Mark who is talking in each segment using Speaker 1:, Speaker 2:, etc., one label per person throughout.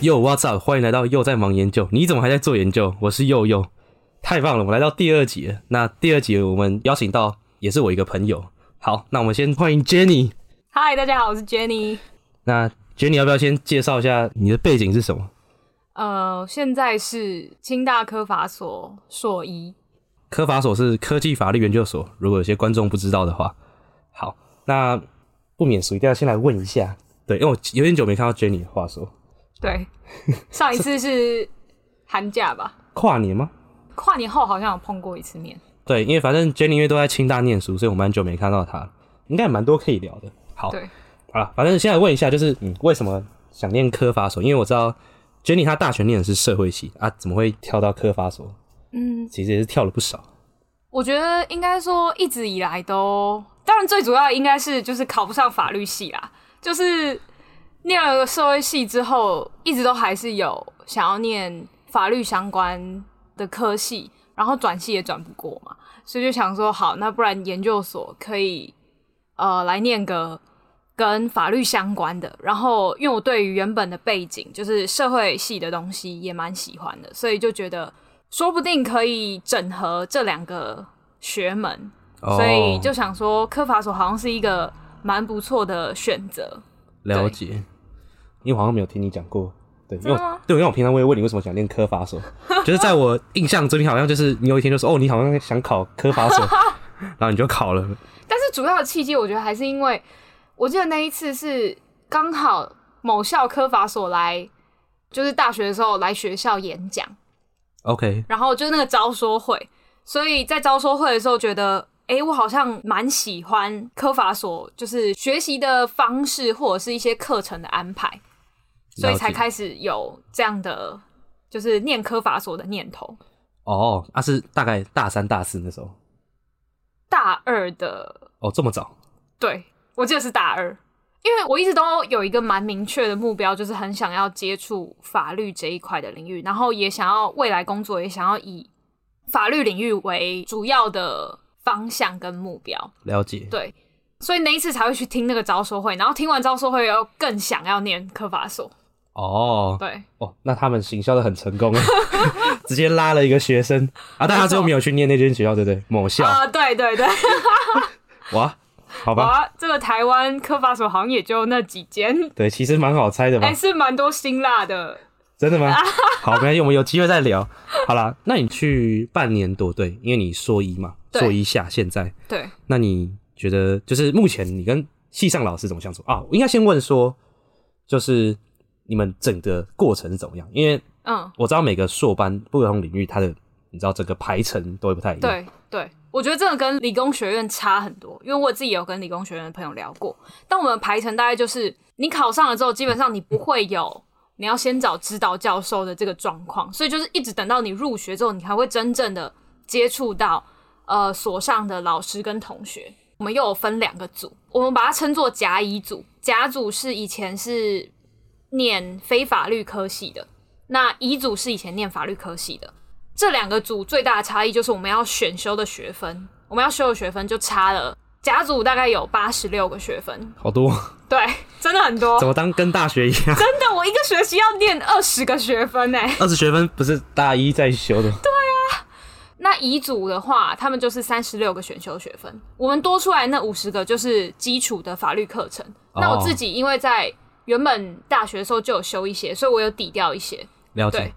Speaker 1: 又 What's up？欢迎来到又在忙研究。你怎么还在做研究？我是又又，太棒了！我们来到第二集了。那第二集我们邀请到也是我一个朋友。好，那我们先欢迎 Jenny。
Speaker 2: 嗨，大家好，我是 Jenny。
Speaker 1: 那 Jenny 要不要先介绍一下你的背景是什么？
Speaker 2: 呃，现在是清大科法所硕一。
Speaker 1: 科法所是科技法律研究所，如果有些观众不知道的话，好，那不免俗，一定要先来问一下。对，因为我有点久没看到 Jenny 的话说，
Speaker 2: 对，上一次是寒假吧？
Speaker 1: 跨年吗？
Speaker 2: 跨年后好像有碰过一次面。
Speaker 1: 对，因为反正 Jenny 因为都在清大念书，所以我蛮久没看到她了，应该也蛮多可以聊的。好，
Speaker 2: 对，
Speaker 1: 好了，反正先来问一下，就是嗯，为什么想念科法所？因为我知道 Jenny 她大学念的是社会系啊，怎么会跳到科法所？
Speaker 2: 嗯，
Speaker 1: 其实也是跳了不少。
Speaker 2: 我觉得应该说一直以来都，当然最主要应该是就是考不上法律系啦，就是念了社会系之后，一直都还是有想要念法律相关的科系，然后转系也转不过嘛，所以就想说好，那不然研究所可以呃来念个跟法律相关的。然后因为我对于原本的背景就是社会系的东西也蛮喜欢的，所以就觉得说不定可以整合这两个学门，哦
Speaker 1: 哦
Speaker 2: 所以就想说科法所好像是一个蛮不错的选择。
Speaker 1: 了解，因为我好像没有听你讲过。对，因为
Speaker 2: 真的
Speaker 1: 我
Speaker 2: 吗
Speaker 1: 对，因为我平常我也问你为什么想念科法所， 就是在我印象中，你好像就是你有一天就说，哦，你好像想考科法 所，然后你就考了。
Speaker 2: 但是主要的契机，我觉得还是因为我记得那一次是刚好某校科法所来，就是大学的时候来学校演讲，
Speaker 1: OK，
Speaker 2: 然后就是那个招收会，所以在招收会的时候觉得，诶，我好像蛮喜欢科法所，就是学习的方式或者是一些课程的安排，所以
Speaker 1: 了解
Speaker 2: 才开始有这样的就是念科法所的念头。
Speaker 1: 哦，那、是大概大三、大四那时候，
Speaker 2: 大二的，
Speaker 1: 哦，这么早，
Speaker 2: 对我记得是大二。因为我一直都有一个蛮明确的目标，就是很想要接触法律这一块的领域，然后也想要未来工作也想要以法律领域为主要的方向跟目标。
Speaker 1: 了解。
Speaker 2: 对，所以那一次才会去听那个招收会，然后听完招收会又更想要念科法所。
Speaker 1: 哦，
Speaker 2: 对，
Speaker 1: 哦，那他们行销的很成功，欸 直接拉了一个学生啊，但他最后没有去念那间学校，对不对？某校，
Speaker 2: 啊、对对对，
Speaker 1: 哇，好吧，
Speaker 2: 哇，这个台湾科法所好像也就那几间，
Speaker 1: 对，其实蛮好猜的吧
Speaker 2: 还？是蛮多辛辣的。
Speaker 1: 真的吗？
Speaker 2: 啊
Speaker 1: 好，没关系，我们有机会再聊。好啦，那你去半年多，对，因为你硕一嘛，
Speaker 2: 对
Speaker 1: 硕一下现在，
Speaker 2: 对，
Speaker 1: 那你觉得就是目前你跟系上老师怎么相处啊？我应该先问说，就是你们整个过程是怎么样？因为
Speaker 2: 嗯，
Speaker 1: 我知道每个硕班不同领域它的，你知道整个排程都会不太一样。，
Speaker 2: 对对，我觉得这个跟理工学院差很多，因为我自己有跟理工学院的朋友聊过，但我们排程大概就是你考上了之后，基本上你不会有。你要先找指导教授的这个状况，所以就是一直等到你入学之后，你才会真正的接触到呃所上的老师跟同学。我们又有分两个组，我们把它称作甲乙组。甲组是以前是念非法律科系的，那乙组是以前念法律科系的。这两个组最大的差异就是我们要选修的学分，我们要修的学分就差了。甲组大概有八十六个学分，
Speaker 1: 好多，
Speaker 2: 对，真的很多
Speaker 1: 怎。么当跟大学一样？
Speaker 2: 真的，我一个学期要念二十个学分欸呢、
Speaker 1: 二十学分不是大一在修的，
Speaker 2: 那乙组的话，他们就是三十六个选修学分，我们多出来那五十个就是基础的法律课程。
Speaker 1: 哦
Speaker 2: 那我自己因为在原本大学的时候就有修一些，所以我有抵掉一些。
Speaker 1: 了
Speaker 2: 对
Speaker 1: 解。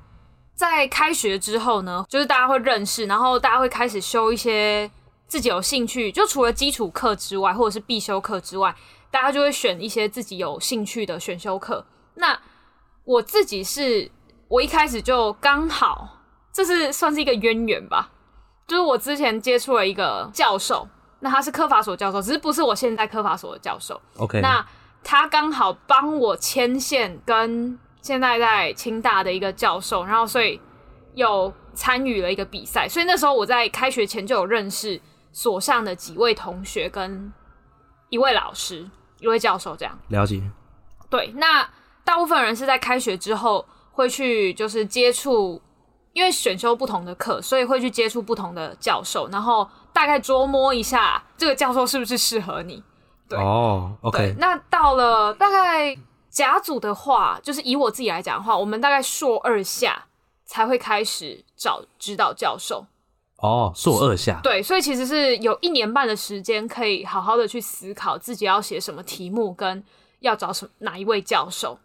Speaker 2: 在开学之后呢，就是大家会认识，然后大家会开始修一些自己有兴趣，就除了基础课之外，或者是必修课之外，大家就会选一些自己有兴趣的选修课。那我自己是，我一开始就刚好，这是算是一个渊源吧，就是我之前接触了一个教授，那他是科法所教授，只是不是我现在科法所的教授，
Speaker 1: OK，
Speaker 2: 那他刚好帮我牵线跟现在在清大的一个教授，然后所以有参与了一个比赛，所以那时候我在开学前就有认识所上的几位同学跟一位老师、一位教授这样。
Speaker 1: 了解。
Speaker 2: 对，那大部分人是在开学之后会去就是接触，因为选修不同的课，所以会去接触不同的教授，然后大概琢磨一下这个教授是不是适合你。对
Speaker 1: 哦，OK，
Speaker 2: 那到了大概甲组的话，就是以我自己来讲的话，我们大概硕二下才会开始找指导教授。
Speaker 1: 哦，硕二下，
Speaker 2: 对，所以其实是有一年半的时间可以好好的去思考自己要写什么题目，跟要找什哪一位教授，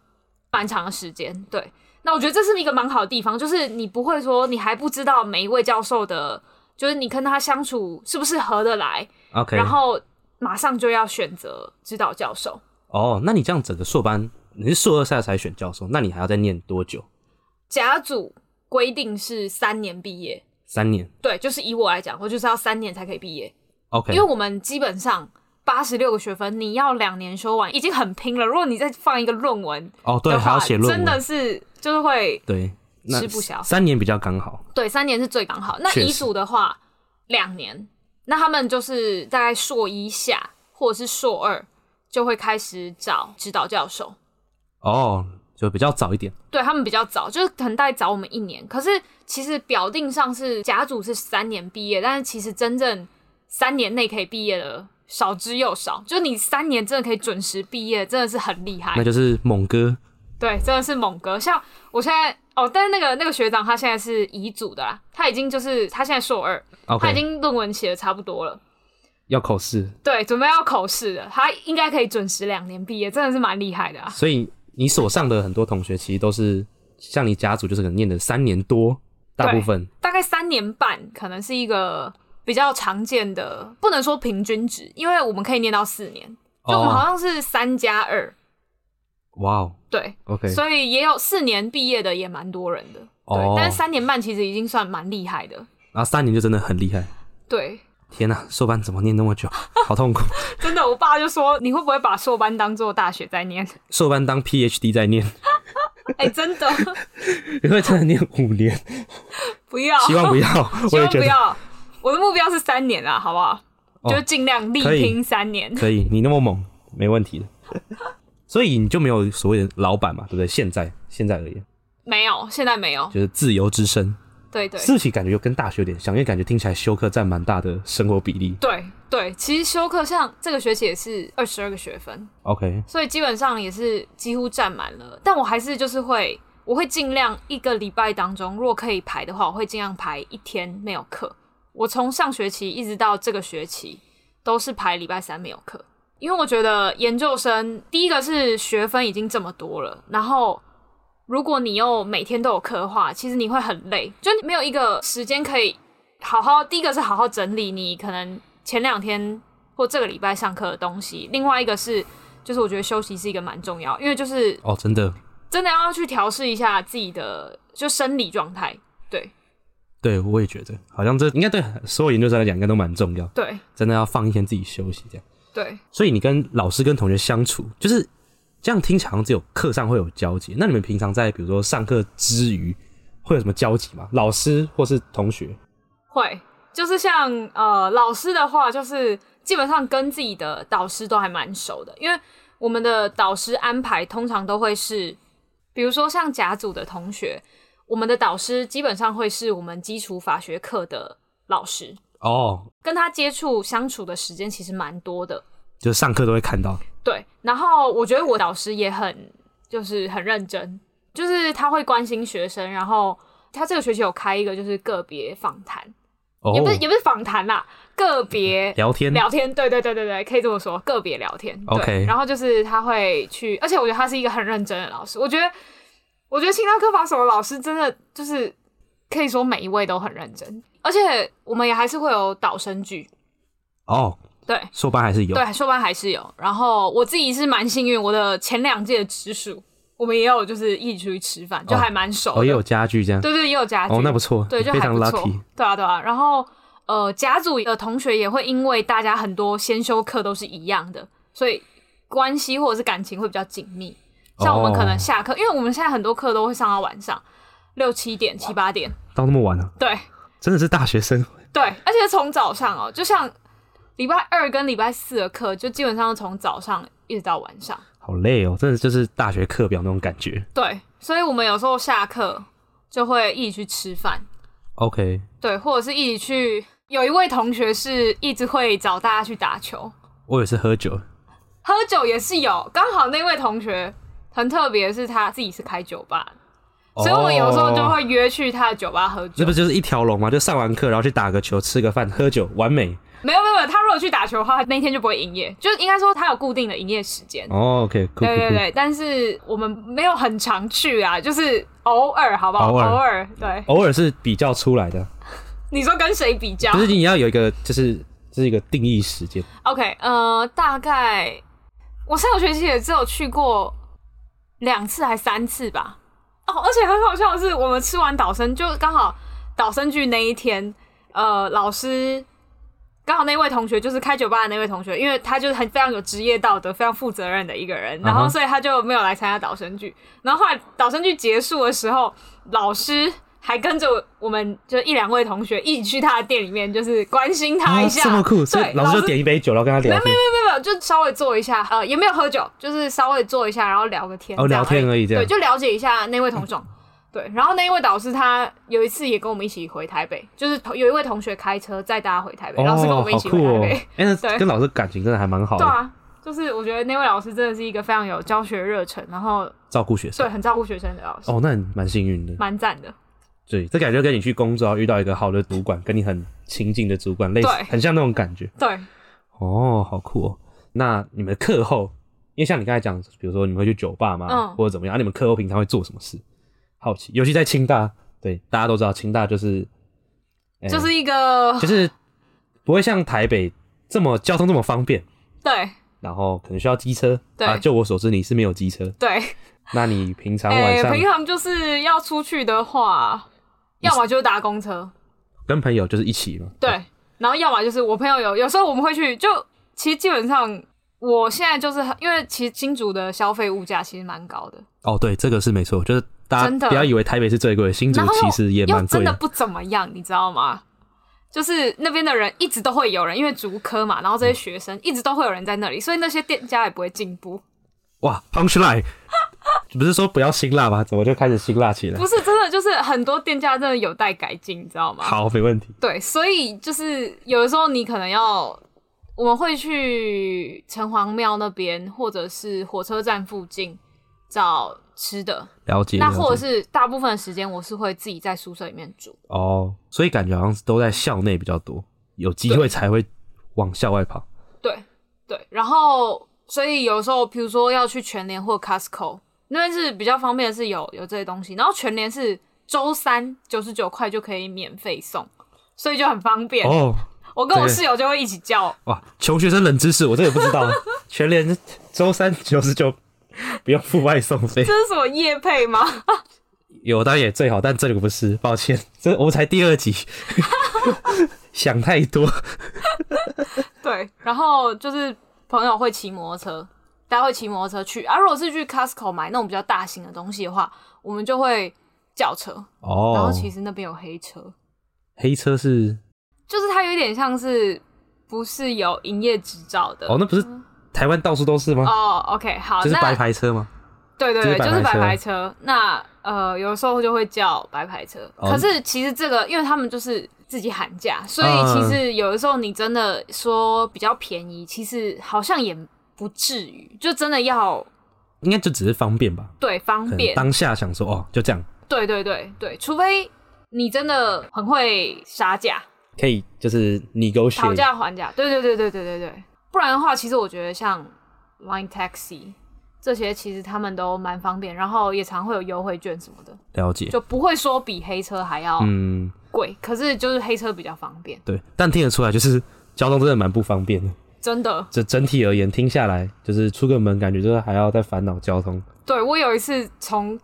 Speaker 2: 蛮长的时间。对，那我觉得这是一个蛮好的地方，就是你不会说你还不知道每一位教授的，就是你跟他相处是不是合得来，
Speaker 1: ，OK。
Speaker 2: 然后马上就要选择指导教授。
Speaker 1: 哦，那你这样整个硕班，你是硕二下才选教授，那你还要再念多久？
Speaker 2: 甲组规定是三年毕业，
Speaker 1: 三年
Speaker 2: 对，就是以我来讲，我就是要三年才可以毕业。
Speaker 1: ？OK，
Speaker 2: 因为我们基本上八十六个学分，你要两年修完，已经很拼了。如果你再放一个论文
Speaker 1: 哦，对，
Speaker 2: 的
Speaker 1: 还
Speaker 2: 话，
Speaker 1: 要写论文，
Speaker 2: 真的是就是会
Speaker 1: 对，那
Speaker 2: 吃不消
Speaker 1: 三年比较刚好。
Speaker 2: 对三年是最刚好。那
Speaker 1: 确实
Speaker 2: 遗嘱的话，两年，那他们就是大概硕一下或者是硕二就会开始找指导教授。
Speaker 1: 哦，就比较早一点。
Speaker 2: 对他们比较早，就是可能大概早我们一年。可是其实表定上是甲组是三年毕业，但是其实真正三年内可以毕业的少之又少。就是你三年真的可以准时毕业，真的是很厉害
Speaker 1: 那。就是猛哥
Speaker 2: 对，真的是猛哥。像我现在哦，但是那个那个学长他现在是乙组的啦，他已经就是他现在硕二他已
Speaker 1: ，OK，
Speaker 2: 经论文写的差不多了，
Speaker 1: 要考试，
Speaker 2: 对，准备要口试了，他应该可以准时两年毕业，真的是蛮厉害的啊。
Speaker 1: 所以你所上的很多同学其实都是像你甲组，就是可能念了三年多，大部分
Speaker 2: 大概三年半，可能是一个比较常见的，不能说平均值，因为我们可以念到四年，就我们好
Speaker 1: 哦，
Speaker 2: 像是三加二，
Speaker 1: 哇哦
Speaker 2: 对，
Speaker 1: ，OK，
Speaker 2: 所以也有四年毕业的也蛮多人的，对，
Speaker 1: 哦
Speaker 2: 但是三年半其实已经算蛮厉害的，
Speaker 1: 然后三年就真的很厉害。
Speaker 2: 对，
Speaker 1: 天呐、硕班怎么念那么久，好痛苦。
Speaker 2: 真的，我爸就说你会不会把硕班当做大学在 念？
Speaker 1: 硕班当 PhD 在念，
Speaker 2: 哎、真的
Speaker 1: 你会真的念五年？
Speaker 2: 不要，
Speaker 1: 希望不要，
Speaker 2: 希
Speaker 1: 我也
Speaker 2: 望
Speaker 1: 觉
Speaker 2: 不
Speaker 1: 得
Speaker 2: 要，我的目标是三年啊，好不好？
Speaker 1: 哦
Speaker 2: 就尽量力
Speaker 1: 可以
Speaker 2: 拼三年，
Speaker 1: 可以。你那么猛，没问题的。所以你就没有所谓的老板嘛，对不对？现在现在而言，
Speaker 2: 没有，现在没有，
Speaker 1: 就是自由之身。
Speaker 2: 对对。
Speaker 1: 私企感觉又跟大学有点像，因为感觉听起来休课占蛮大的生活比例。
Speaker 2: 对对，其实修课像这个学期也是二十二个学分，
Speaker 1: OK，
Speaker 2: 所以基本上也是几乎占满了。但我还是就是会，我会尽量一个礼拜当中，如果可以排的话，我会尽量排一天没有课。我从上学期一直到这个学期都是排礼拜三没有课，因为我觉得研究生第一个是学分已经这么多了，然后如果你又每天都有课的话，其实你会很累，就你没有一个时间可以好好。第一个是好好整理你可能前两天或这个礼拜上课的东西，另外一个是就是我觉得休息是一个蛮重要，因为就是
Speaker 1: 哦，真的，
Speaker 2: 真的要去调试一下自己的就生理状态。对
Speaker 1: 对我也觉得，好像这应该对所有研究生来讲应该都蛮重要，
Speaker 2: 对
Speaker 1: 真的要放一天自己休息这样。
Speaker 2: 对，
Speaker 1: 所以你跟老师跟同学相处，就是这样听起来好像只有课上会有交集。那你们平常在比如说上课之余会有什么交集吗？老师或是同学？
Speaker 2: 会就是像呃老师的话，就是基本上跟自己的导师都还蛮熟的，因为我们的导师安排通常都会是，比如说像甲组的同学，我们的导师基本上会是我们基础法学课的老师，
Speaker 1: 哦，
Speaker 2: 跟他接触相处的时间其实蛮多的。
Speaker 1: 就是上课都会看到。
Speaker 2: 对，然后我觉得我导师也很就是很认真，就是他会关心学生，然后他这个学期有开一个就是个别访谈，
Speaker 1: 哦嗯
Speaker 2: 也，不是也不是访谈啦，个别
Speaker 1: 聊天
Speaker 2: 聊天，对对对对对，可以这么说，个别聊天。对
Speaker 1: OK
Speaker 2: 然后就是他会去，而且我觉得他是一个很认真的老师，我觉得我觉得青藏科法所的老师真的就是可以说每一位都很认真，而且我们也还是会有导生剧，
Speaker 1: 哦，
Speaker 2: 对。
Speaker 1: 硕班还是有。哦
Speaker 2: 对，硕班还是有。然后我自己是蛮幸运，我的前两届的直属，我们也有就是一起出去吃饭，就还蛮熟的。
Speaker 1: 哦，也有家具这样。
Speaker 2: 对对，也有家具。
Speaker 1: 哦，那不错，
Speaker 2: 对，就
Speaker 1: 非
Speaker 2: 还
Speaker 1: 常
Speaker 2: 不错
Speaker 1: lucky。。
Speaker 2: 对啊，对啊。然后呃，甲组的同学也会因为大家很多先修课都是一样的，所以关系或者是感情会比较紧密。像我们可能
Speaker 1: 哦
Speaker 2: 下课，因为我们现在很多课都会上到晚上六七点、七八点，
Speaker 1: 到那么晚了、啊
Speaker 2: 对。
Speaker 1: 真的是大学生
Speaker 2: 对，而且从早上哦，就像礼拜二跟礼拜四的课，就基本上从早上一直到晚上。
Speaker 1: 好累哦，真的就是大学课表那种感觉。
Speaker 2: 对，所以我们有时候下课就会一起去吃饭，
Speaker 1: OK，
Speaker 2: 对，或者是一起去。有一位同学是一直会找大家去打球，
Speaker 1: 我也是喝酒，
Speaker 2: 喝酒也是有。刚好那位同学很特别，是他自己是开酒吧的，所以我有时候就
Speaker 1: 哦，
Speaker 2: 会约去他的酒吧喝
Speaker 1: 这
Speaker 2: 酒
Speaker 1: 不。就是一条龙吗？就上完课，然后去打个球、吃个饭、喝酒，完美。
Speaker 2: 没有没有，没有他如果去打球的话，那一天就不会营业，就是应该说他有固定的营业时间。
Speaker 1: 哦，OK，酷酷
Speaker 2: 对对
Speaker 1: 酷。
Speaker 2: 对，但是我们没有很常去啊，就是偶尔，好不好？
Speaker 1: 偶
Speaker 2: 偶
Speaker 1: 尔
Speaker 2: 尔，对。
Speaker 1: 偶尔是比较出来的，
Speaker 2: 你说跟谁比较
Speaker 1: 可是你要有一个，就是这是一个定义时间。
Speaker 2: ？OK，呃，大概我上个学期也只有去过两次还三次吧。哦，而且很好笑的是，我们吃完导生就刚好导生剧那一天，呃，老师刚好那位同学就是开酒吧的那位同学，因为他就是很非常有职业道德、非常负责任的一个人，然
Speaker 1: 嗯
Speaker 2: 后
Speaker 1: 哼
Speaker 2: 所以他就没有来参加导生剧。然后后来导生剧结束的时候，老师还跟着我们就一两位同学一起去他的店里面，就是关心他一下。
Speaker 1: 啊这么酷，所
Speaker 2: 对
Speaker 1: 以，老师就点一杯酒，然后跟他聊天，
Speaker 2: 没有没有， 就稍微坐一下，呃，也没有喝酒，就是稍微坐一下，然后聊个天，
Speaker 1: 哦，
Speaker 2: 这样
Speaker 1: 聊天而已，这样
Speaker 2: 对，。就了解一下那位同种。 对，然后那一位导师他有一次也跟我们一起回台北，就是同有一位同学开车载大家回台北，
Speaker 1: 哦，
Speaker 2: 老师跟我们一
Speaker 1: 好
Speaker 2: 起回
Speaker 1: 酷
Speaker 2: 台
Speaker 1: 哦！
Speaker 2: 北。
Speaker 1: 哎，那
Speaker 2: 对
Speaker 1: 跟老师感情真的还蛮好
Speaker 2: 对
Speaker 1: 的，
Speaker 2: 啊，就是我觉得那位老师真的是一个非常有教学热忱，然后
Speaker 1: 照顾学生
Speaker 2: 对。很照顾学生的老师，
Speaker 1: 哦，那你蛮幸运的。
Speaker 2: 蛮赞的。
Speaker 1: 对，这感觉跟你去工作要遇到一个好的主管，跟你很亲近的主管，类似
Speaker 2: 对
Speaker 1: 很像那种感觉。
Speaker 2: 对，
Speaker 1: 哦，好酷哦！那你们课后，因为像你刚才讲，比如说你们会去酒吧嘛，
Speaker 2: 嗯
Speaker 1: 或者怎么样，啊，你们课后平常会做什么事？好奇，尤其在清大，对，大家都知道清大就是，呃
Speaker 2: 就是一个
Speaker 1: 就是不会像台北这么交通这么方便，
Speaker 2: 对
Speaker 1: 然后可能需要机车。
Speaker 2: 对
Speaker 1: 啊，就我所知你是没有机车，
Speaker 2: 对，
Speaker 1: 那你平常晚
Speaker 2: 哎、
Speaker 1: 上
Speaker 2: 平常就是要出去的话，要么就是搭公车，
Speaker 1: 跟朋友就是一起嘛？
Speaker 2: 对，然后要么就是我朋友有，有时候我们会去，就其实基本上我现在就是很因为其实金主的消费物价其实蛮高的，
Speaker 1: 哦，对，这个是没错，就是大
Speaker 2: 真
Speaker 1: 家
Speaker 2: 的
Speaker 1: 不要以为台北是最贵的，新竹
Speaker 2: 然后
Speaker 1: 其实也
Speaker 2: 又
Speaker 1: 蛮
Speaker 2: 真
Speaker 1: 贵
Speaker 2: 的不怎么样，你知道吗？就是那边的人一直都会有人，因为竹科嘛，然后这些学生一直都会有人在那里，所以那些店家也不会进步。
Speaker 1: 哇，punch line，不是说不要辛辣吗？怎么就开始辛辣起来
Speaker 2: 不？是真的，就是很多店家真的有待改进，你知道吗？
Speaker 1: 好，没问题。
Speaker 2: 对，所以就是有的时候你可能要，我们会去城隍庙那边，或者是火车站附近找吃的。
Speaker 1: 了解。
Speaker 2: 那
Speaker 1: 了解
Speaker 2: 或者是大部分的时间，我是会自己在宿舍里面煮。
Speaker 1: 哦，所以感觉好像是都在校内比较多，有机会才会往校外跑。
Speaker 2: 对对，然后所以有时候，比如说要去全联或 Costco 那边是比较方便的，是有有这些东西。然后全联是周三九十九块就可以免费送，所以就很方便。
Speaker 1: 哦，
Speaker 2: 我跟我
Speaker 1: 对
Speaker 2: 室友就会一起叫
Speaker 1: 哇，穷学生冷知识，我这也不知 道。全联周三九十九不用付外送费
Speaker 2: 这，是什么夜配吗？
Speaker 1: 有当然也最好，但这个不是，抱歉，这我们才第二集， 想太多。
Speaker 2: 对，然后就是朋友会骑摩托车，大家会骑摩托车去啊。如果是去 Costco 买那种比较大型的东西的话，我们就会叫车。然后
Speaker 1: 哦，
Speaker 2: 其实那边有黑车，
Speaker 1: 黑车是
Speaker 2: 就是它有点像是不是有营业执照的
Speaker 1: 哦，那不是台湾到处都是吗？
Speaker 2: 嗯哦，OK，好，
Speaker 1: 就是
Speaker 2: 那
Speaker 1: 白牌车吗？
Speaker 2: 对对
Speaker 1: 这是
Speaker 2: 对，
Speaker 1: 白
Speaker 2: 就是
Speaker 1: 牌
Speaker 2: 白
Speaker 1: 车
Speaker 2: 牌车。那呃，有时候就会叫白牌车。
Speaker 1: 哦
Speaker 2: 可是其实这个，因为他们就是自己喊价，所以
Speaker 1: 嗯
Speaker 2: 其实有的时候你真的说比较便宜，其实好像也不至于，就真的要
Speaker 1: 应该就只是方便吧，
Speaker 2: 对方
Speaker 1: 可能
Speaker 2: 便。
Speaker 1: 当下想说哦，就这样
Speaker 2: 对对对对，除非你真的很会杀价、
Speaker 1: 可以，就是你勾血
Speaker 2: 讨价还价。对对对对对对对，不然的话，其实我觉得像 Line Taxi 这些，其实他们都蛮方便，然后也常会有优惠券什么的。
Speaker 1: 了解。
Speaker 2: 就不会说比黑车还要
Speaker 1: 嗯，
Speaker 2: 贵，可是就是黑车比较方便，
Speaker 1: 对，但听得出来就是交通真的蛮不方便的。
Speaker 2: 真的。
Speaker 1: 这整体而言听下来，就是出个门感觉就是还要再烦恼交通。
Speaker 2: 对我有一次从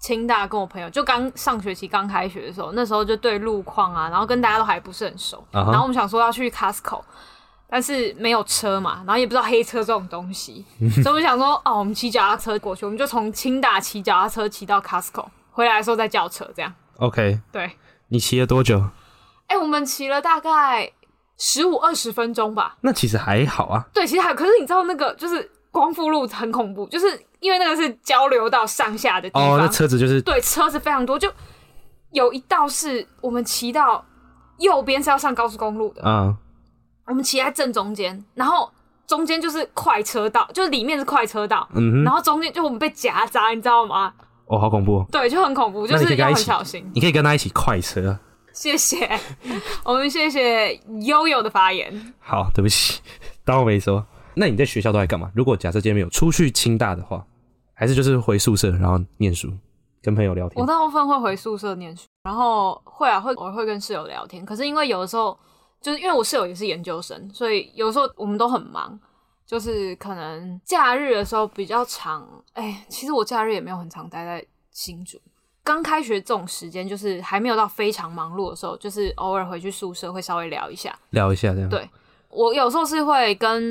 Speaker 2: 清大跟我朋友，就刚上学期刚开学的时候，那时候就对路况啊，然后跟大家都还不是很熟
Speaker 1: 啊哈
Speaker 2: 然后我们想说要去 Costco。但是没有车嘛，然后也不知道黑车这种东西， 所以我们想说，哦，我们骑脚踏车过去，我们就从清大骑脚踏车骑到 Costco，回来的时候再叫车，这样。
Speaker 1: OK，
Speaker 2: 对，
Speaker 1: 你骑了多久？
Speaker 2: 哎、我们骑了大概十五二十分钟吧，
Speaker 1: 那其实还好啊。
Speaker 2: 对，其实还有可是你知道那个就是光复路很恐怖，就是因为那个是交流道上下的地
Speaker 1: 哦，
Speaker 2: 方，
Speaker 1: 那车子就是
Speaker 2: 对，车子非常多，就有一道是我们骑到右边是要上高速公路的，
Speaker 1: 啊、
Speaker 2: 我们骑在正中间，然后中间就是快车道，就是里面是快车道，
Speaker 1: 嗯
Speaker 2: 然
Speaker 1: 哼，
Speaker 2: 后中间就我们被夹杂，你知道吗？
Speaker 1: 哦，好恐怖、哦！
Speaker 2: 对，就很恐怖，
Speaker 1: 那
Speaker 2: 就
Speaker 1: 你可
Speaker 2: 是
Speaker 1: 以跟他
Speaker 2: 要
Speaker 1: 一
Speaker 2: 很
Speaker 1: 起
Speaker 2: 小心。
Speaker 1: 你可以跟他一起快车。
Speaker 2: 谢谢， 我们谢谢悠悠的发言。
Speaker 1: 好，对不起， 当我没说。那你在学校都在干嘛？如果假设今天没有出去清大的话，还是就是回宿舍，然后念书，跟朋友聊天
Speaker 2: 我。大部分会回宿舍念书，然后会啊会，我会跟室友聊天。可是因为有的时候，就是因为我室友也是研究生，所以有时候我们都很忙，就是可能假日的时候比较长。哎，其实我假日也没有很常待在新竹。刚开学这种时间，就是还没有到非常忙碌的时候，就是偶尔回去宿舍会稍微聊一下。
Speaker 1: 聊一下这样。
Speaker 2: 对我有时候是会跟，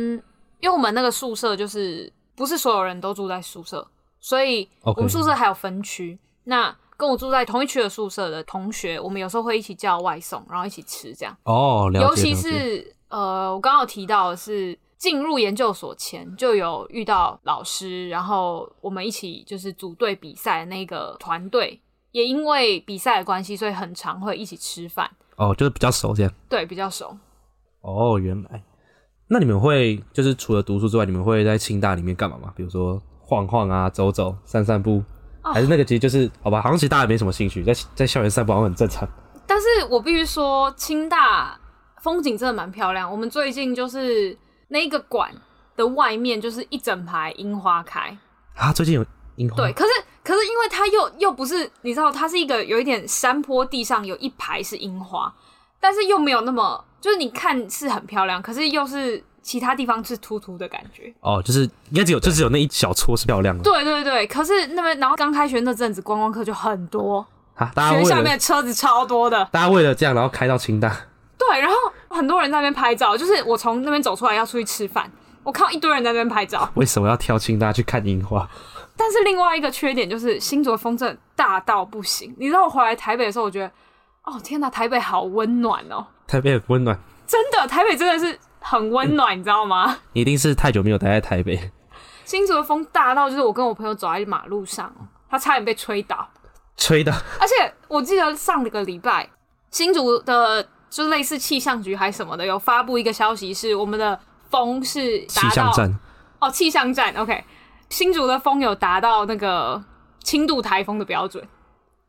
Speaker 2: 因为我们那个宿舍就是不是所有人都住在宿舍，所以
Speaker 1: OK
Speaker 2: 我们宿舍还有分区。那跟我住在同一区的宿舍的同学，我们有时候会一起叫外送，然后一起吃这样。
Speaker 1: 哦，了解。
Speaker 2: 尤其
Speaker 1: 了解
Speaker 2: 是呃，我刚刚有提到的是进入研究所前就有遇到老师，然后我们一起就是组队比赛的那个团队，也因为比赛的关系，所以很常会一起吃饭，
Speaker 1: 哦，就是比较熟这样。
Speaker 2: 对，比较熟。
Speaker 1: 哦，原来。那你们会就是除了读书之外，你们会在清大里面干嘛吗？比如说晃晃啊，走走，散散步，
Speaker 2: 哦
Speaker 1: 还是那个其实就是好吧？好像其实大家也没什么兴趣，在在校园散步好像很正常。
Speaker 2: 但是我必须说，清大风景真的蛮漂亮。我们最近就是那一个馆的外面，就是一整排樱花开。
Speaker 1: 啊，最近有樱花，
Speaker 2: 对，，可是可是因为它又又不是，你知道，它是一个有一点山坡地上有一排是樱花，但是又没有那么，就是你看是很漂亮，可是又是其他地方是突突的感觉。
Speaker 1: 哦，就是应该只有就只有那一小撮是漂亮的
Speaker 2: 对对对，可是那边然后刚开学那阵子观光客就很多，
Speaker 1: 啊，大家
Speaker 2: 学
Speaker 1: 为
Speaker 2: 校里面的
Speaker 1: 了
Speaker 2: 车子超多的。
Speaker 1: 大家为了这样，然后开到清大，
Speaker 2: 对，然后很多人在那边拍照，就是我从那边走出来要出去吃饭，我看到一堆人在那边拍照。
Speaker 1: 为什么要挑清大去看樱花？
Speaker 2: 但是另外一个缺点就是新竹的风真的大到不行。你知道我回来台北的时候，我觉得，哦天哪，台北好温暖哦，
Speaker 1: 台北很温暖，
Speaker 2: 真的，台北真的是很温暖，你知道吗？
Speaker 1: 你一定是太久没有待在台北，
Speaker 2: 新竹的风大到就是我跟我朋友走在马路上，他差点被吹倒。
Speaker 1: 吹的
Speaker 2: 而且我记得上个礼拜，新竹的就类似气象局还什么的有发布一个消息，是我们的风是
Speaker 1: 气
Speaker 2: 达
Speaker 1: 象
Speaker 2: 到
Speaker 1: 站
Speaker 2: 哦，气象站，OK，新竹的风有达到那个轻度台风的标准，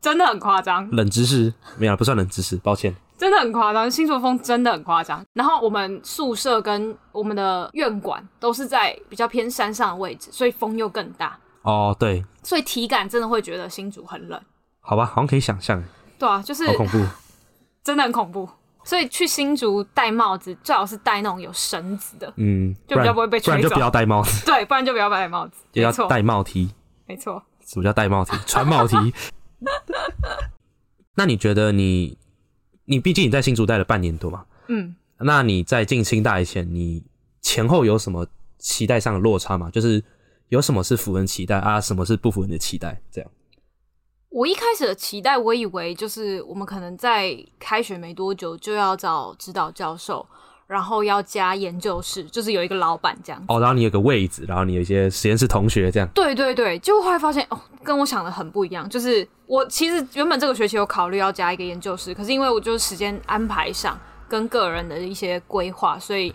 Speaker 2: 真的很夸张，
Speaker 1: 冷知识没有，不算冷知识，抱歉。
Speaker 2: 真的很夸张，新竹风真的很夸张。然后我们宿舍跟我们的院馆都是在比较偏山上的位置，所以风又更大，
Speaker 1: 哦，对，
Speaker 2: 所以体感真的会觉得新竹很冷。
Speaker 1: 好吧，好像可以想象，
Speaker 2: 对啊，就是
Speaker 1: 好恐怖。
Speaker 2: 真的很恐怖。所以去新竹戴帽子，最好是戴那种有绳子的，
Speaker 1: 嗯，
Speaker 2: 就比较不会被
Speaker 1: 不然
Speaker 2: 吹
Speaker 1: 就
Speaker 2: 走
Speaker 1: 不要戴帽子，
Speaker 2: 对，不然就不要戴帽子。
Speaker 1: 就
Speaker 2: 没
Speaker 1: 要
Speaker 2: 错，
Speaker 1: 戴帽 T。
Speaker 2: 没错。
Speaker 1: 什么叫戴帽 T？穿帽 T。那你觉得你，你毕竟你在新竹待了半年多嘛？
Speaker 2: 嗯，
Speaker 1: 那你在进清大以前，你前后有什么期待上的落差吗？就是有什么是符合你期待啊，什么是不符合你的期待？这样
Speaker 2: 我一开始的期待，我以为就是我们可能在开学没多久就要找指导教授，然后要加研究室，就是有一个老板这样。
Speaker 1: 哦，然后你有个位置，然后你有一些实验室同学这样。
Speaker 2: 对对对，结果后来发现哦，跟我想的很不一样。就是我其实原本这个学期有考虑要加一个研究室，可是因为我就是时间安排上跟个人的一些规划，所以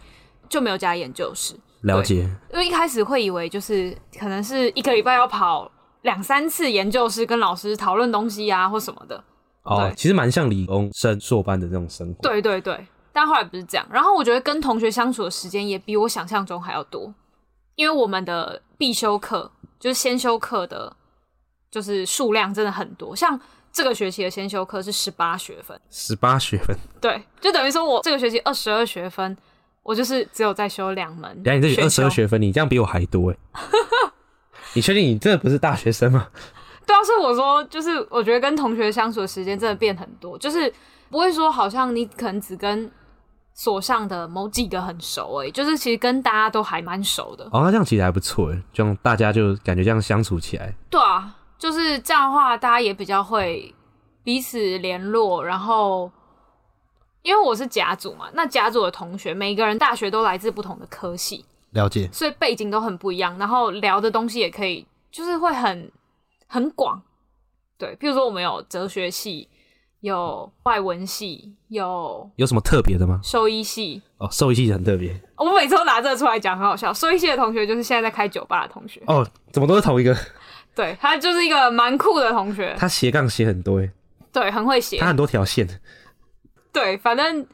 Speaker 2: 就没有加研究室。
Speaker 1: 了解，
Speaker 2: 因为一开始会以为就是可能是一个礼拜要跑两三次研究室，跟老师讨论东西啊或什么的。
Speaker 1: 哦
Speaker 2: 对，
Speaker 1: 其实蛮像理工生硕班的那种生活。
Speaker 2: 对对对，但后来不是这样。然后我觉得跟同学相处的时间也比我想象中还要多，因为我们的必修课就是先修课的，就是数量真的很多。像这个学期的先修课是十八学分，
Speaker 1: 十八学分，
Speaker 2: 对，就等于说我这个学期二十二学分，我就是只有再修两门。
Speaker 1: 等一下你这里二十二，学分，你这样比我还多哎。你确定你真的不是大学生吗？
Speaker 2: 对啊，所以我说就是我觉得跟同学相处的时间真的变很多，就是不会说好像你可能只跟。所上的某几个很熟哎、就是其实跟大家都还蛮熟的。
Speaker 1: 哦，那这样其实还不错哎，这样大家就感觉这样相处起来，
Speaker 2: 对啊，就是这样的话，大家也比较会彼此联络。然后，因为我是甲组嘛，那甲组的同学每个人大学都来自不同的科系，
Speaker 3: 了解，
Speaker 2: 所以背景都很不一样，然后聊的东西也可以，就是会很很广。对，譬如说我们有哲学系，有外文系，有
Speaker 1: 有什么特别的吗？
Speaker 2: 兽医系。
Speaker 1: 哦，兽医系很特别
Speaker 2: 我每次都拿这个出来讲，很好笑。兽医系的同学就是现在在开酒吧的同学，
Speaker 1: 哦，怎么都是同一个？
Speaker 2: 对他就是一个蛮酷的同学，
Speaker 1: 他斜杠斜很多诶，
Speaker 2: 对，很会写
Speaker 1: 他，很多条线。欸
Speaker 2: 对，反正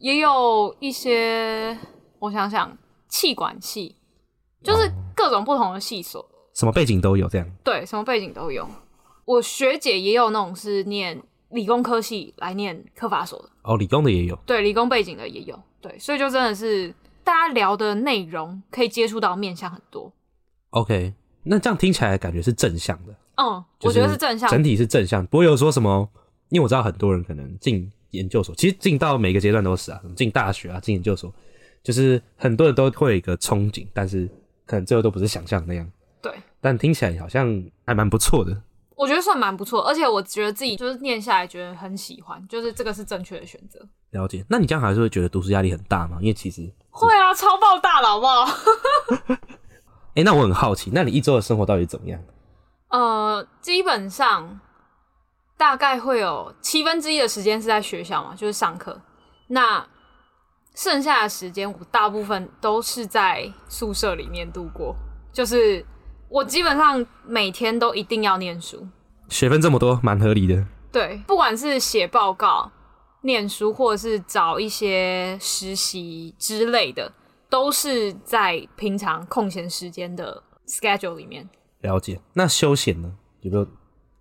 Speaker 2: 也有一些，我想想，气管系，就是各种不同的系所，
Speaker 1: 什么背景都有，这样
Speaker 2: 对，什么背景都有。我学姐也有那种是念理工科系来念科法所的，
Speaker 1: 哦，理工的也有，
Speaker 2: 对，理工背景的也有，对，所以就真的是大家聊的内容可以接触到面向很多，
Speaker 1: OK，那这样听起来感觉是正向的，
Speaker 2: 嗯，
Speaker 1: 就
Speaker 2: 我觉得是正向，
Speaker 1: 整体是正向，不会有说什么，因为我知道很多人可能进研究所，其实进到每个阶段都是啊，进大学啊，进研究所，就是很多人都会有一个憧憬，但是可能最后都不是想象那样，
Speaker 2: 对。
Speaker 1: 但听起来好像还蛮不错的。
Speaker 2: 我觉得算蛮不错，而且我觉得自己就是念下来觉得很喜欢，就是这个是正确的选择。
Speaker 1: 了解，那你这样还是会觉得读书压力很大吗？因为其实，
Speaker 2: 会啊，超爆大了，好不好？
Speaker 1: 哎、那我很好奇，那你一周的生活到底怎么样？
Speaker 2: 呃，基本上大概会有七分之一的时间是在学校嘛，就是上课。那剩下的时间，我大部分都是在宿舍里面度过。就是我基本上每天都一定要念书，
Speaker 1: 学分这么多，蛮合理的。
Speaker 2: 对，不管是写报告、念书，或者是找一些实习之类的，都是在平常空闲时间的 schedule 里面。
Speaker 1: 了解，那休闲呢？有没有？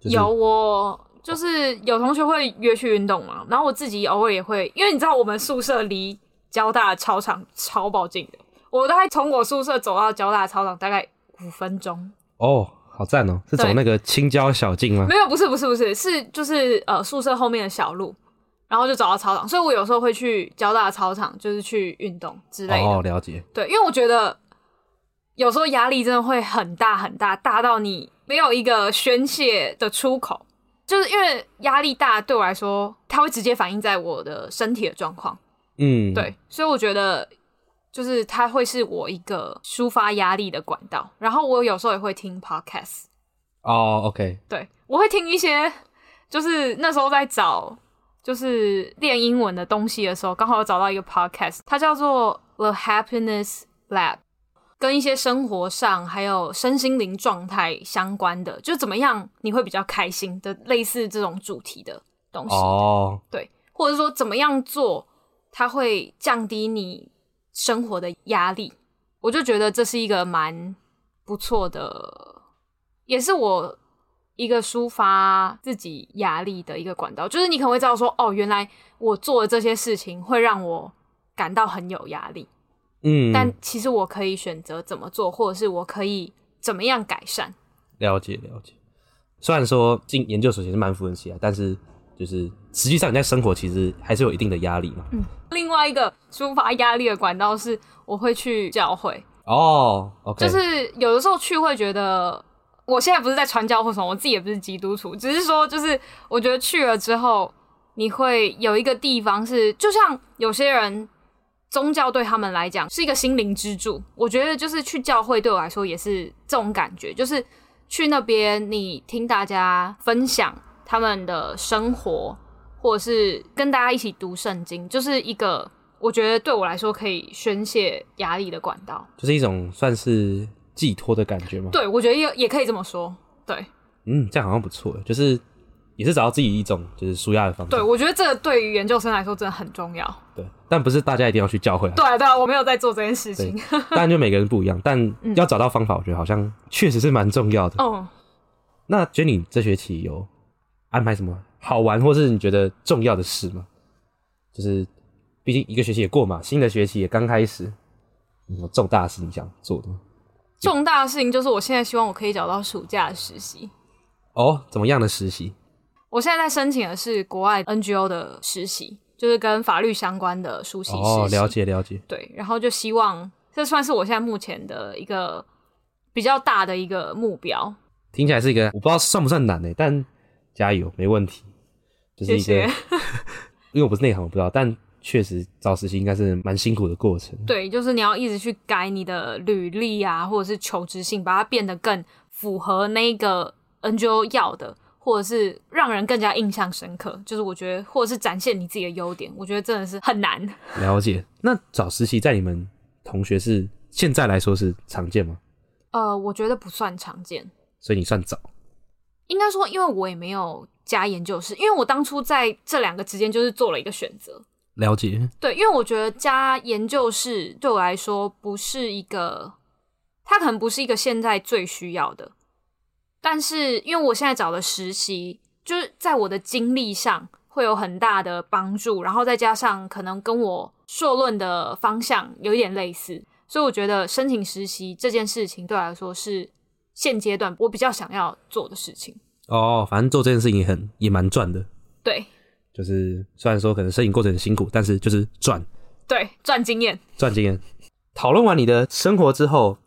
Speaker 1: 就是、
Speaker 2: 有我就是有同学会约去运动嘛，然后我自己偶尔也会，因为你知道我们宿舍离交大的操场超爆近的，我大概从我宿舍走到交大操场大概五分钟，
Speaker 1: 哦，好赞哦！是走
Speaker 2: 对
Speaker 1: 那个青椒小径吗？
Speaker 2: 没有，不是不是不是，是就是呃宿舍后面的小路，然后就走到操场，所以我有时候会去交大的操场，就是去运动之类的，
Speaker 1: 哦，了解。
Speaker 2: 对，因为我觉得有时候压力真的会很大很大，大到你没有一个宣泄的出口。就是因为压力大，对我来说，它会直接反映在我的身体的状况。
Speaker 1: 嗯，
Speaker 2: 对，，所以我觉得就是它会是我一个抒发压力的管道。然后我有时候也会听 podcast，
Speaker 1: 哦，OK，
Speaker 2: 对我会听一些，就是那时候在找就是练英文的东西的时候，刚好有找到一个 podcast，它叫做 The Happiness Lab，跟一些生活上还有身心灵状态相关的，就怎么样你会比较开心的类似这种主题的东西，
Speaker 1: 哦，
Speaker 2: 对，或者说怎么样做它会降低你生活的压力，我就觉得这是一个蛮不错的，也是我一个抒发自己压力的一个管道。就是你可能会知道说，哦，原来我做的这些事情会让我感到很有压力，
Speaker 1: 嗯，
Speaker 2: 但其实我可以选择怎么做，或者是我可以怎么样改善。
Speaker 1: 了解了解。虽然说进研究所其实蛮符合期啊，但是就是实际上你在生活其实还是有一定的压力
Speaker 2: 嗯
Speaker 1: 嘛。
Speaker 2: 另外一个抒发压力的管道是，我会去教会。
Speaker 1: 哦，OK，
Speaker 2: 就是有的时候去会觉得，我现在不是在传教或什么，我自己也不是基督徒，只是说就是我觉得去了之后，你会有一个地方是，就像有些人宗教对他们来讲是一个心灵支柱，我觉得就是去教会对我来说也是这种感觉，就是去那边你听大家分享他们的生活，或者是跟大家一起读圣经，就是一个。我觉得对我来说可以宣泄压力的管道。
Speaker 1: 就是一种算是寄托的感觉嘛。，
Speaker 2: 对，我觉得也也可以这么说。对，
Speaker 1: 嗯，这样好像不错，就是也是找到自己一种就是舒压的方式。
Speaker 2: 对，我觉得这个对于研究生来说真的很重要。
Speaker 1: 对，但不是大家一定要去教会啊，
Speaker 2: 对啊对啊，我没有在做这件事情。
Speaker 1: 当然就每个人不一样，但要找到方法，我觉得好像确实是蛮重要的。
Speaker 2: 嗯，
Speaker 1: 那觉得你这学期有安排什么好玩或是你觉得重要的事吗？就是毕竟一个学期也过嘛，新的学期也刚开始，有什么重大的事你想做的吗？
Speaker 2: 重大的事情就是我现在希望我可以找到暑假的实习。
Speaker 1: 哦，怎么样的实习？
Speaker 2: 我现在在申请的是国外 NGO 的实习，就是跟法律相关的书籍实习。
Speaker 1: 哦，了解了解，
Speaker 2: 对，然后就希望这算是我现在目前的一个比较大的一个目标。
Speaker 1: 听起来是一个我不知道算不算难呢、欸但加油，没问题。就是一个，
Speaker 2: 谢谢
Speaker 1: 因为我不是内行，我不知道，但确实找实习应该是蛮辛苦的过程。
Speaker 2: 对，就是你要一直去改你的履历啊，或者是求职信，把它变得更符合那个 NGO 要的，或者是让人更加印象深刻，就是我觉得，或者是展现你自己的优点，我觉得真的是很难。
Speaker 1: 了解。那找实习在你们同学是现在来说是常见吗？
Speaker 2: 呃，我觉得不算常见，
Speaker 1: 所以你算早。
Speaker 2: 应该说，因为我也没有加研究室，因为我当初在这两个之间就是做了一个选择。
Speaker 1: 了解，
Speaker 2: 对，因为我觉得加研究室对我来说不是一个，它可能不是一个现在最需要的，但是因为我现在找的实习，就是在我的经历上会有很大的帮助，然后再加上可能跟我硕论的方向有一点类似，所以我觉得申请实习这件事情对我来说是现阶段我比较想要做的事情。
Speaker 1: 哦，反正做这件事情也很也蛮赚的，
Speaker 2: 对
Speaker 1: 就是虽然说可能摄影过程很辛苦，但是就是赚
Speaker 2: 对，赚经验。
Speaker 1: 赚经验。讨论完你的生活之后，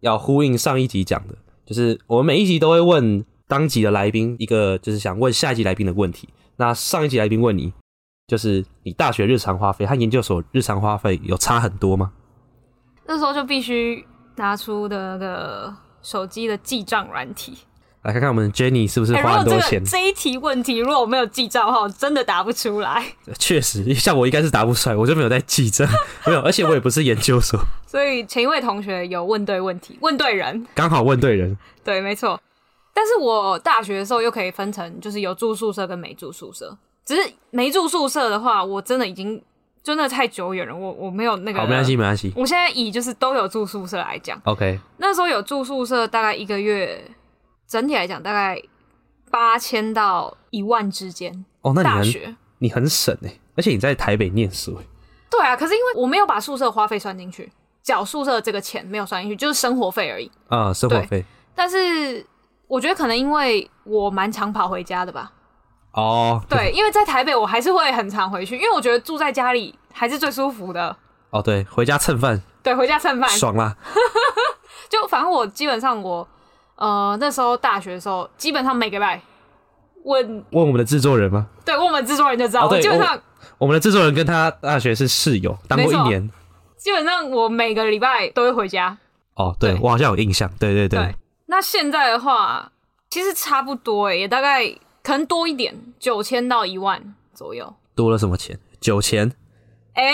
Speaker 1: 要呼应上一集讲的，就是我们每一集都会问当集的来宾一个就是想问下一集来宾的问题。那上一集来宾问你，就是你大学日常花费和研究所日常花费有差很多吗？
Speaker 2: 那时候就必须拿出的那个手机的记账软体。
Speaker 1: 来看看我们 Jenny 是不是
Speaker 2: 哎、
Speaker 1: 花很
Speaker 2: 如
Speaker 1: 多
Speaker 2: 果这
Speaker 1: 钱
Speaker 2: 个？这一题问题，如果我没有记账的话，我真的答不出来。
Speaker 1: 确实，像我应该是答不出来，我就没有在记账，没有，而且我也不是研究所，
Speaker 2: 所以前一位同学有问对问题， 问对人，
Speaker 1: 刚好问对人。
Speaker 2: 对，没错。但是我大学的时候又可以分成，就是有住宿舍跟没住宿舍。只是没住宿舍的话，我真的已经真的太久远了，我我没有那个。
Speaker 1: 好，没关系，。没关系。
Speaker 2: 我现在以就是都有住宿舍来讲，
Speaker 1: OK，
Speaker 2: 那时候有住宿舍，大概一个月，整体来讲大概八千到一万之间。
Speaker 1: 哦，那你
Speaker 2: 大
Speaker 1: 很
Speaker 2: 学
Speaker 1: 你很省哎，而且你在台北念书欸，
Speaker 2: 对啊，可是因为我没有把宿舍花费算进去，缴宿舍这个钱没有算进去，就是生活费而已。
Speaker 1: 啊、生活
Speaker 2: 对
Speaker 1: 费
Speaker 2: 但是我觉得可能因为我蛮常跑回家 的吧，
Speaker 1: 哦，
Speaker 2: 对，因为在台北我还是会很常回去，因为我觉得住在家里还是最舒服的。
Speaker 1: 哦对，回家蹭饭
Speaker 2: 对，回家蹭饭，
Speaker 1: 爽啦，
Speaker 2: 就反正我基本上我呃那时候大学的时候，基本上每个礼拜问
Speaker 1: 问我们的制作人吗？
Speaker 2: 对问我们制作人就知道，
Speaker 1: 哦对
Speaker 2: 我基本
Speaker 1: 我
Speaker 2: 上
Speaker 1: 我们的制作人跟他大学是室友，当过
Speaker 2: 没
Speaker 1: 一
Speaker 2: 错
Speaker 1: 年。
Speaker 2: 基本上我每个礼拜都会回家，
Speaker 1: 哦，对
Speaker 2: 对
Speaker 1: 我好像有印象，对对对，
Speaker 2: 对，那现在的话，其实差不多诶、也大概可能多一点，九千到一万左右。
Speaker 1: 多了什么钱？酒钱？
Speaker 2: 哎、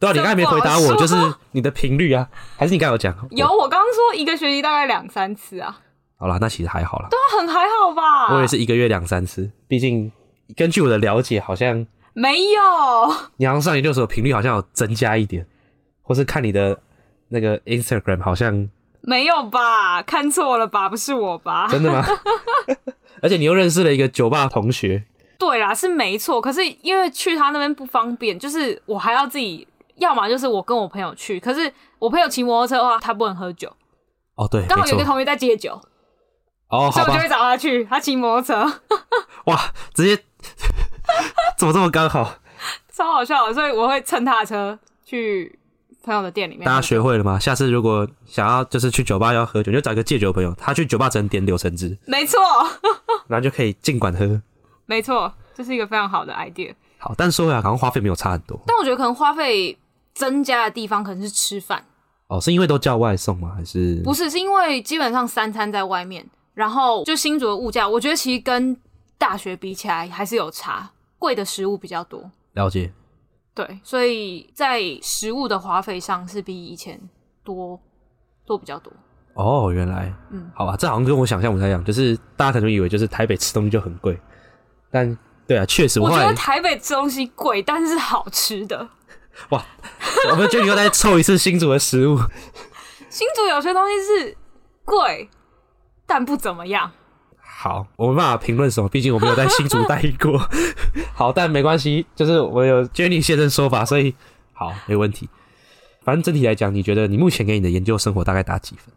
Speaker 1: 对啊，你刚
Speaker 2: 这
Speaker 1: 才没回答
Speaker 2: 不
Speaker 1: 我，
Speaker 2: 好
Speaker 1: 就
Speaker 2: 说
Speaker 1: 是你的频率啊，还是你刚才有讲？哦
Speaker 2: 有我刚刚说一个学期大概两三次啊，
Speaker 1: 好啦，那其实还好啦。
Speaker 2: 那很还好吧？
Speaker 1: 我也是一个月两三次，毕竟根据我的了解，好像
Speaker 2: 没有，
Speaker 1: 你好像上研究所频率好像有增加一点，或是看你的那个 Instagram 好像
Speaker 2: 没有吧？看错了吧？不是我吧？
Speaker 1: 真的 吗？而且你又认识了一个酒吧同学，
Speaker 2: 对啦，是没错。可是因为去他那边不方便，就是我还要自己，要么就是我跟我朋友去，可是我朋友骑摩托车的话，他不能喝酒。
Speaker 1: 哦对，
Speaker 2: 刚
Speaker 1: 没
Speaker 2: 好有一个
Speaker 1: 错，
Speaker 2: 同学在戒酒，
Speaker 1: 哦
Speaker 2: 所
Speaker 1: 好
Speaker 2: 以我就
Speaker 1: 吧
Speaker 2: 会，找他去，他骑摩托车。
Speaker 1: 哇，直接 怎么这么刚好？
Speaker 2: 超好笑的，所以我会蹭他的车去朋友的店里面。
Speaker 1: 大家学会了吗？下次如果想要就是去酒吧要喝酒，你就找一个戒酒的朋友，他去酒吧只能点柳橙汁，
Speaker 2: 没错，
Speaker 1: 然后就可以尽管喝。
Speaker 2: 没错，这是一个非常好的 idea。
Speaker 1: 好，但是说回来，好像花费没有差很多
Speaker 2: 但我觉得可能花费增加的地方可能是吃饭，
Speaker 1: 哦，是因为都叫外送吗？还是
Speaker 2: 不是是因为基本上三餐在外面，然后就新竹的物价，我觉得其实跟大学比起来还是有差，贵的食物比较多。
Speaker 1: 了解？
Speaker 2: 对，所以在食物的花费上是比以前多多比较多。
Speaker 1: 哦，原来，
Speaker 2: 嗯
Speaker 1: 好吧，这好像跟我想象不太一样，就是大家可能以为就是台北吃东西就很贵，但对啊，确实，
Speaker 2: 我
Speaker 1: 后
Speaker 2: 觉
Speaker 1: 来
Speaker 2: 得台北吃东西贵，但是好吃的。
Speaker 1: 我们决定要再凑一次新竹的食物，
Speaker 2: 新竹有些东西是贵，但不怎么样。
Speaker 1: 好，我没办法评论什么，毕竟我没有在新竹待过。 好，但没关系，就是我有 Jenny 先生说法，所以好，没问题。反正整体来讲，你觉得你目前给你的研究生活大概打几分？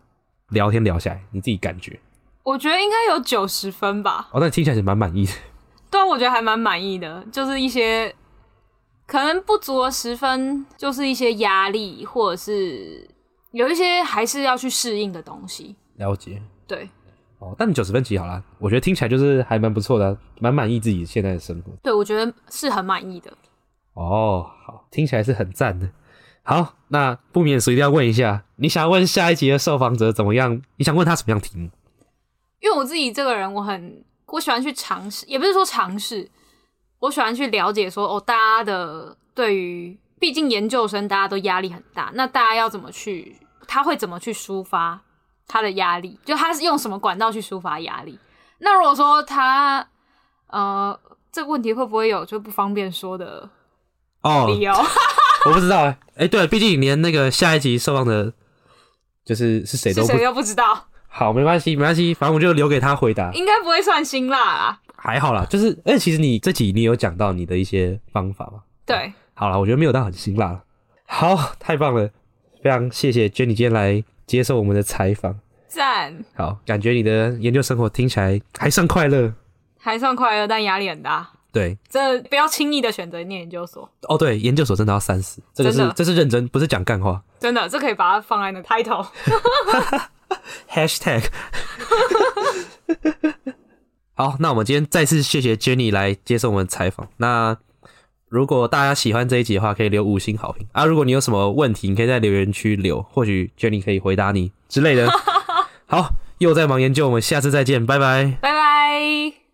Speaker 1: 聊天聊下来，你自己感觉？
Speaker 2: 我觉得应该有九十分吧，
Speaker 1: 哦，那你听起来是蛮满意的。
Speaker 2: 对啊，我觉得还蛮满意的。就是一些可能不足的十分，就是一些压力，或者是有一些还是要去适应的东西。
Speaker 1: 了解。
Speaker 2: 对，
Speaker 1: 哦，但你九十分几好啦，我觉得听起来就是还蛮不错的啊、蛮满意自己现在的生活。
Speaker 2: 对我觉得是很满意的。
Speaker 1: 哦，好，听起来是很赞的。好，那不免俗一定要问一下，你想问下一集的受访者怎么样？你想问他什么样题目？
Speaker 2: 因为我自己这个人，我很我喜欢去尝试，也不是说尝试，我喜欢去了解说哦，大家的对于，毕竟研究生大家都压力很大，那大家要怎么去，他会怎么去抒发他的压力，就他是用什么管道去抒发压力？那如果说他呃，这个问题会不会有就不方便说的
Speaker 1: 哦，
Speaker 2: 理由？
Speaker 1: 我不知道哎、欸，哎、对，毕竟连那个下一集受访的，就是 是谁
Speaker 2: 是
Speaker 1: 都不
Speaker 2: 谁都不知道，
Speaker 1: 好，没关系，没关系，反正我就留给他回答，
Speaker 2: 应该不会算辛辣啦。
Speaker 1: 还好啦。就是，哎、其实你这集你有讲到你的一些方法嘛？
Speaker 2: 对，
Speaker 1: 好啦，我觉得没有到很辛辣啦。好，太棒了，非常谢谢 Jenny 今天来接受我们的采访。
Speaker 2: 赞，
Speaker 1: 好，感觉你的研究生活听起来还算快乐。
Speaker 2: 还算快乐，但压力很大。
Speaker 1: 对，
Speaker 2: 这不要轻易的选择念研究所，
Speaker 1: 哦对，研究所真的要三思，这个
Speaker 2: 真
Speaker 1: 是
Speaker 2: 的
Speaker 1: 这是认真，不是讲干话。
Speaker 2: 真的，这可以把它放在那 title。
Speaker 1: #hashtag 好，那我们今天再次谢谢 Jenny 来接受我们的采访。那如果大家喜欢这一集的话，可以留五星好评啊！如果你有什么问题，你可以在留言区留，或许 Jenny 可以回 答你之类的。好，又在忙研究，我们下次再见，拜拜。
Speaker 2: 拜拜。